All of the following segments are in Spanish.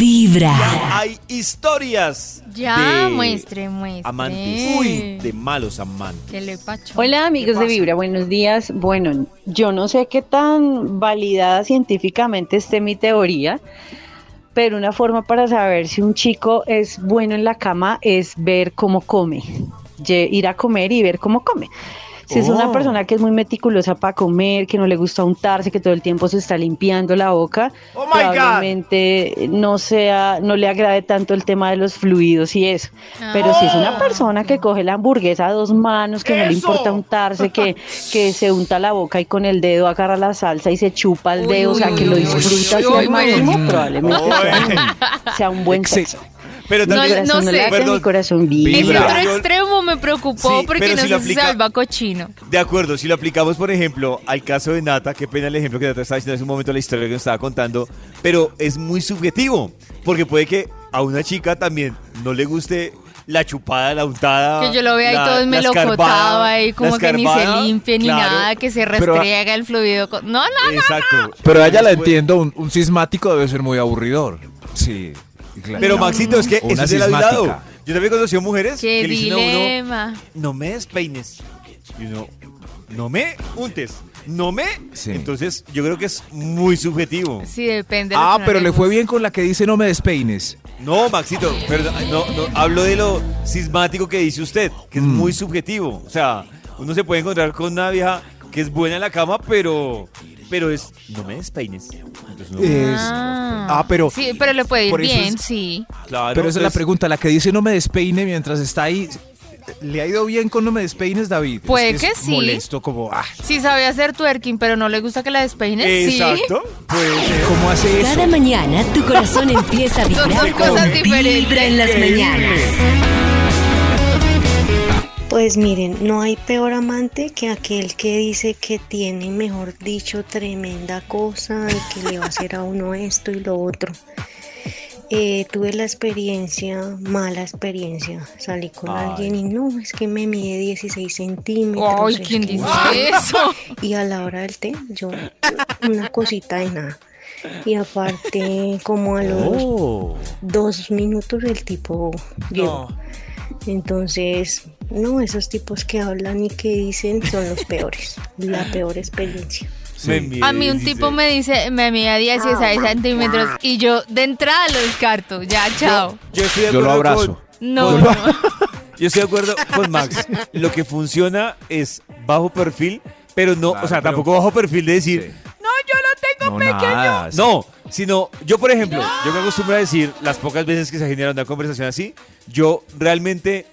Vibra. Hay historias. Ya, de muestre, muestre. Amantes. Uy, de malos amantes. Que le pacho. Hola amigos de Vibra, buenos días. Bueno, yo no sé qué tan validada científicamente esté mi teoría, pero una forma para saber si un chico es bueno en la cama es ver cómo come, Ye- ir a comer y ver cómo come. Si es Oh. una persona que es muy meticulosa para comer, que no le gusta untarse, que todo el tiempo se está limpiando la boca, Oh my God. probablemente no sea, no le agrade tanto el tema de los fluidos y eso. Pero si es una persona que coge la hamburguesa a dos manos, que no le ¡Eso! importa untarse, que, que se unta la boca y con el dedo agarra la salsa y se chupa el Uy, dedo, o sea, uy, que uy, lo uy, disfruta uy, hasta uy, el máximo, uy. probablemente sea, Oye. sea un buen Exce- sexo. Pero No, también. no sé. late Perdón. mi corazón vibra. El Vibra. otro Yo- extremo me preocupó Sí, porque pero no si sé lo si aplica- salva cochino. De acuerdo, si lo aplicamos, por ejemplo, al caso de Nata, qué pena el ejemplo que Nata estaba diciendo hace un momento, la historia que nos estaba contando, pero es muy subjetivo, porque puede que a una chica también no le guste la chupada, la untada. Que yo lo vea la- y todo la me lo escarbada, cotaba ahí, como la que ni se escarbada, limpia ni claro, ah, eh, nada, que se Pero- restriega el fluido. co- No, no, no. Exacto. Pero a ella la Después- entiendo, un, un cismático debe ser muy aburridor. Sí, claro. Pero Maxito, es que Una eso es del lado. sismática. Yo también conocí a mujeres Qué que le dicen a uno, dilema. no me despeines. Y uno, no me untes. No me. Sí. Entonces, yo creo que es muy subjetivo. Sí, depende. de lo Ah, que no pero le fue guste. bien con la que dice no me despeines. No, Maxito, pero no, no, hablo de lo sismático que dice usted, que Mm. es muy subjetivo. O sea, uno se puede encontrar con una vieja que es buena en la cama, pero pero es no me despeines. Entonces, no, Eh, Es- Ah, ah, pero- Sí, pero le puede ir por eso bien, es- sí. claro, pero esa es la entonces, pregunta, la que dice no me despeine mientras está ahí. ¿Le ha ido bien con no me despeines, David? Puede Es que es sí. Molesto como, ah, Si sabe hacer twerking, pero no le gusta que la despeinen, sí. Exacto. Puede ser. ¿cómo hace eso? Cada mañana tu corazón empieza a Son dos vibrar cosas con diferentes. Vibra en las mañanas. Pues miren, no hay peor amante que aquel que dice que tiene, mejor dicho, tremenda cosa y que le va a hacer a uno esto y lo otro. Eh, tuve la experiencia, mala experiencia. Salí con Ay. alguien y no, es que me mide 16 centímetros. Ay, es ¿quién que dice no sé qué". eso? Y a la hora del té, yo una cosita de nada. Y aparte, como a los Oh, dos minutos el tipo llegó. Entonces, no, esos tipos que hablan y que dicen son los peores, la peor experiencia. Me mide, A mí un dice. tipo me dice, me mide 16 centímetros y yo de entrada lo descarto. Ya, chao. Yo estoy de Yo lo acuerdo con- abrazo. No, no. Yo estoy de acuerdo con Max. Lo que funciona es bajo perfil, pero no, Claro, o sea, pero- tampoco bajo perfil de decir, No, nada, sí. no, sino yo, por ejemplo, yo me acostumbro a decir las pocas veces que se genera una conversación así, yo realmente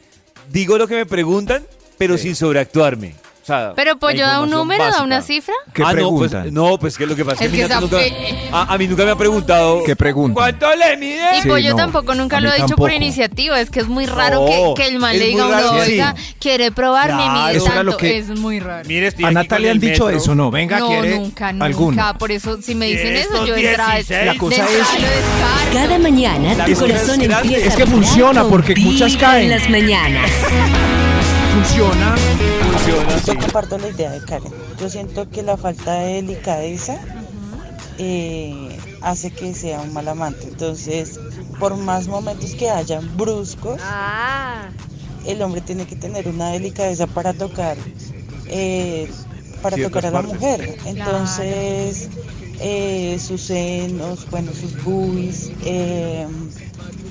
digo lo que me preguntan, pero Sí. sin sobreactuarme. O sea, Pero Pollo la da un información número, da una básica. cifra. ¿Qué No pues, preguntan? no, pues que lo que pasa es Es que, a mí que Nata está nunca- a, a mí nunca me ha preguntado. ¿Qué preguntan? ¿Cuánto le mide? Y Sí, Pollo no, tampoco a nunca mí lo ha dicho por tampoco. iniciativa. Es que es muy raro No, que, que el man es le diga a muy uno, raro, sí. oiga, quiere probar mi Claro. mide Eso era lo tanto. que- Es muy raro. Mire, estoy A aquí con Natalia el han dicho metro. eso, no. Venga, no, quiere nunca, nunca. alguno. Por eso, si me dicen eso, Estos yo de entrada, 16. La cosa de entrada es- lo descarto. Cada mañana La tu cosa es corazón grande. empieza Es que a vibrar funciona, con porque muchas Vibra caen. en las mañanas. Funciona. Funciona Yo así. comparto la idea de Karen. Yo siento que la falta de delicadeza eh, hace que sea un mal amante. Entonces, por más momentos que hayan bruscos, el hombre tiene que tener una delicadeza para tocar, eh, para Ciertas tocar a la partes. mujer. Entonces, eh, sus senos, bueno, sus boobies eh,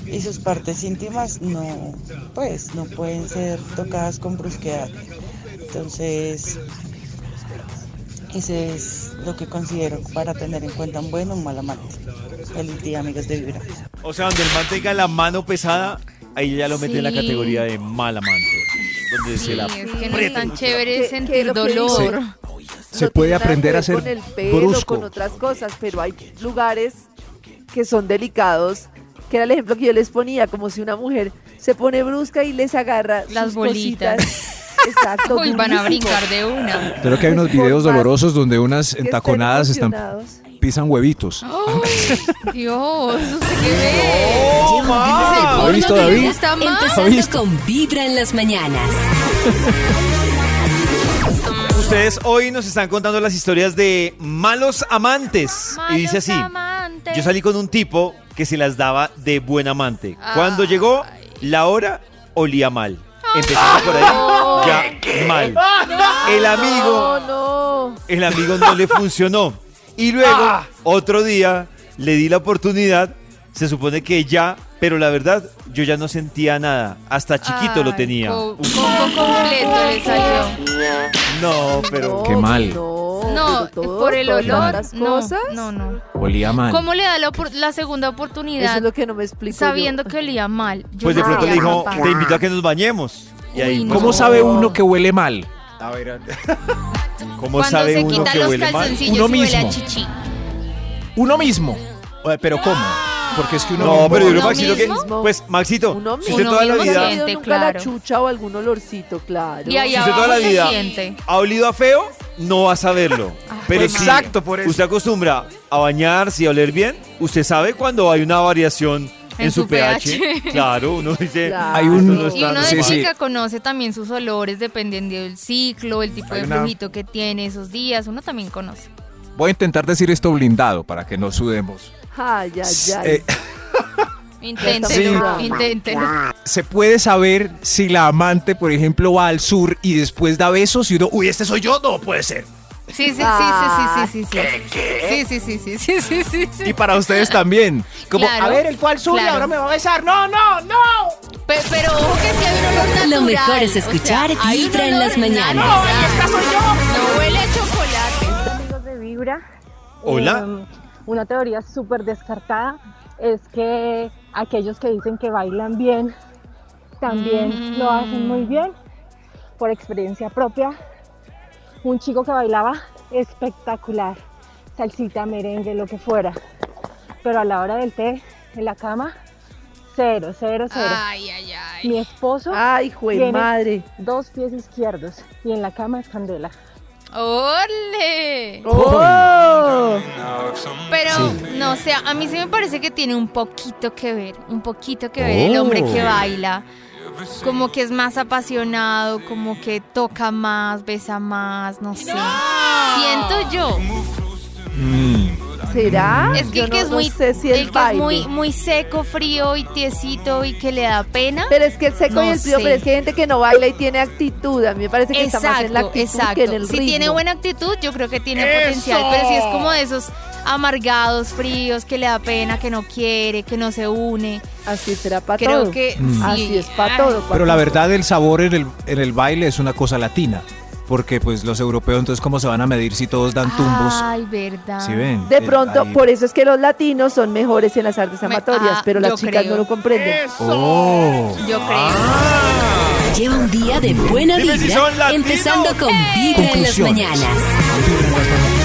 y sus partes íntimas no, pues, no pueden ser tocadas con brusquedad. Entonces, ese es lo que considero para tener en cuenta un buen o un mal amante. Feliz día, amigos de Vibra. O sea, donde el man tenga la mano pesada, ahí ya lo mete en la Sí. categoría de mal amante. Donde se Sí, la es que no es aprieta tan mucho. chévere Que- que sentir lo que dolor. dice- Se puede aprender a ser con el pelo, brusco. con otras cosas, pero hay lugares que son delicados, que era el ejemplo que yo les ponía, como si una mujer se pone brusca y les agarra Las sus bolitas. cositas. Exacto. Uy, van a durísimo. brincar de una. Creo que hay unos Por videos más dolorosos donde unas que estén entaconadas están, emocionados. pisan huevitos. Oh, Ay, Dios, ¿usted qué ve? ¡Oh, ¿Lo man! ¿Ha visto, que le David? gusta más? Empezando con Vibra en las mañanas. Ustedes hoy nos están contando las historias de malos amantes. y dice así: Malos amantes. Yo salí con un tipo que se las daba de buen amante. Cuando llegó, la hora olía mal. Empezando por ahí, ya mal. El amigo, No, no. el amigo no le funcionó. Y Ah. luego, otro día, le di la oportunidad. Se supone que ya, pero la verdad, yo ya no sentía nada. Hasta chiquito lo Ay, tenía. co- Uf, Combo completo le salió. no, pero. Qué mal. No, No, eh, pero todo- por el todas olor. Las no, cosas. No, no. Olía mal. ¿Cómo le da la, opor- la segunda Eso oportunidad es lo que no me explico. yo. sabiendo que olía mal? Yo Pues de no pronto le sería dijo, capaz. te invito a que nos bañemos. Y ahí, Uy, no. ¿Cómo sabe uno que huele mal? ¿Cómo Cuando sabe se uno quita que los huele mal? calzoncillos y Uno huele a mismo. chichi. Uno mismo. Eh, Pero ¿cómo? Porque es que uno No, mismo- pero yo creo, ¿Uno Maxito, que. mismo? Pues, Maxito, Uno si usted mismo. toda la Uno mismo vida. ¿No ha olido Gente, nunca claro. la chucha o algún olorcito, claro. Y ahí Si usted abajo toda la se vida siente. Ah. ha olido a feo, no va a saberlo. Pero pues si exacto, por eso. Usted acostumbra a bañarse y a oler bien. Usted sabe cuando hay una variación en, En su, su pH. pH. Claro, uno dice. "Ah, Claro. Hay un- "Esto no Y está uno de Sí, normal". sí. chica conoce también sus olores dependiendo del ciclo, el tipo Hay de una- flujito que tiene esos días. Uno también conoce. Voy a intentar decir esto blindado para que no sudemos. Ay, ay, ay. Eh, Inténtelo, Sí. inténtelo. se puede saber si la amante, por ejemplo, va al sur y después da besos y uno, uy, este soy yo, no puede ser. Sí, sí, sí, Ah, sí, sí, sí, sí, sí. Sí, sí, sí, sí, sí, sí, sí, sí. Y para ustedes también. Como, Claro, a ver, el cual sur y claro. ahora me va a besar. No, no, no. Pe- pero ojo que sí hay un olor natural. Lo mejor es O sea, escuchar hay un Vibra en olor las mañanas. natural. No huele a chocolate. amigos de Vibra. Hola. Em, una teoría súper descartada es que aquellos que dicen que bailan bien también Mm. lo hacen muy bien. Por experiencia propia, un chico que bailaba espectacular, salsita, merengue, lo que fuera. Pero a la hora del té, en la cama, cero, cero, cero. Ay, ay, ay. Mi esposo, Ay, jue Tiene- madre. dos pies izquierdos y en la cama es candela. ¡Ole! ¡Oh! Pero, no sé, a mí sí me parece que tiene un poquito que ver, un poquito que ver el hombre Oh. que baila. Como que es más apasionado, como que toca más, besa más, no sé. Siento yo. ¿Será? Es que Yo el que no- es no muy, sé si el el que es baile. muy, muy seco, frío y tiesito y que le da pena. Pero es que el seco y No el frío, sé. pero es que hay gente que no baila y tiene actitud. A mí me parece que está más en la Exacto, actitud que en exacto. el Si tiene ritmo. buena actitud, yo creo que tiene potencial. Pero si es como de esos amargados, fríos, que le da pena, que no quiere, que no se une. Así será para creo todo. que sí. Mm. Así es para Ay, todo. Pero papá. la verdad, el sabor en el, en el baile es una cosa latina. Porque pues los europeos, entonces, ¿cómo se van a medir si todos dan tumbos? Ay, verdad. Si ven. Ah. De El- pronto, ahí- por eso es que los latinos son mejores en las artes Me- amatorias, ah, pero las yo chicas creo. no lo comprenden. Oh. Yo creo. Lleva un día de buena Dime si vibra, son latinos. empezando con Vibra en las Conclusiones. mañanas.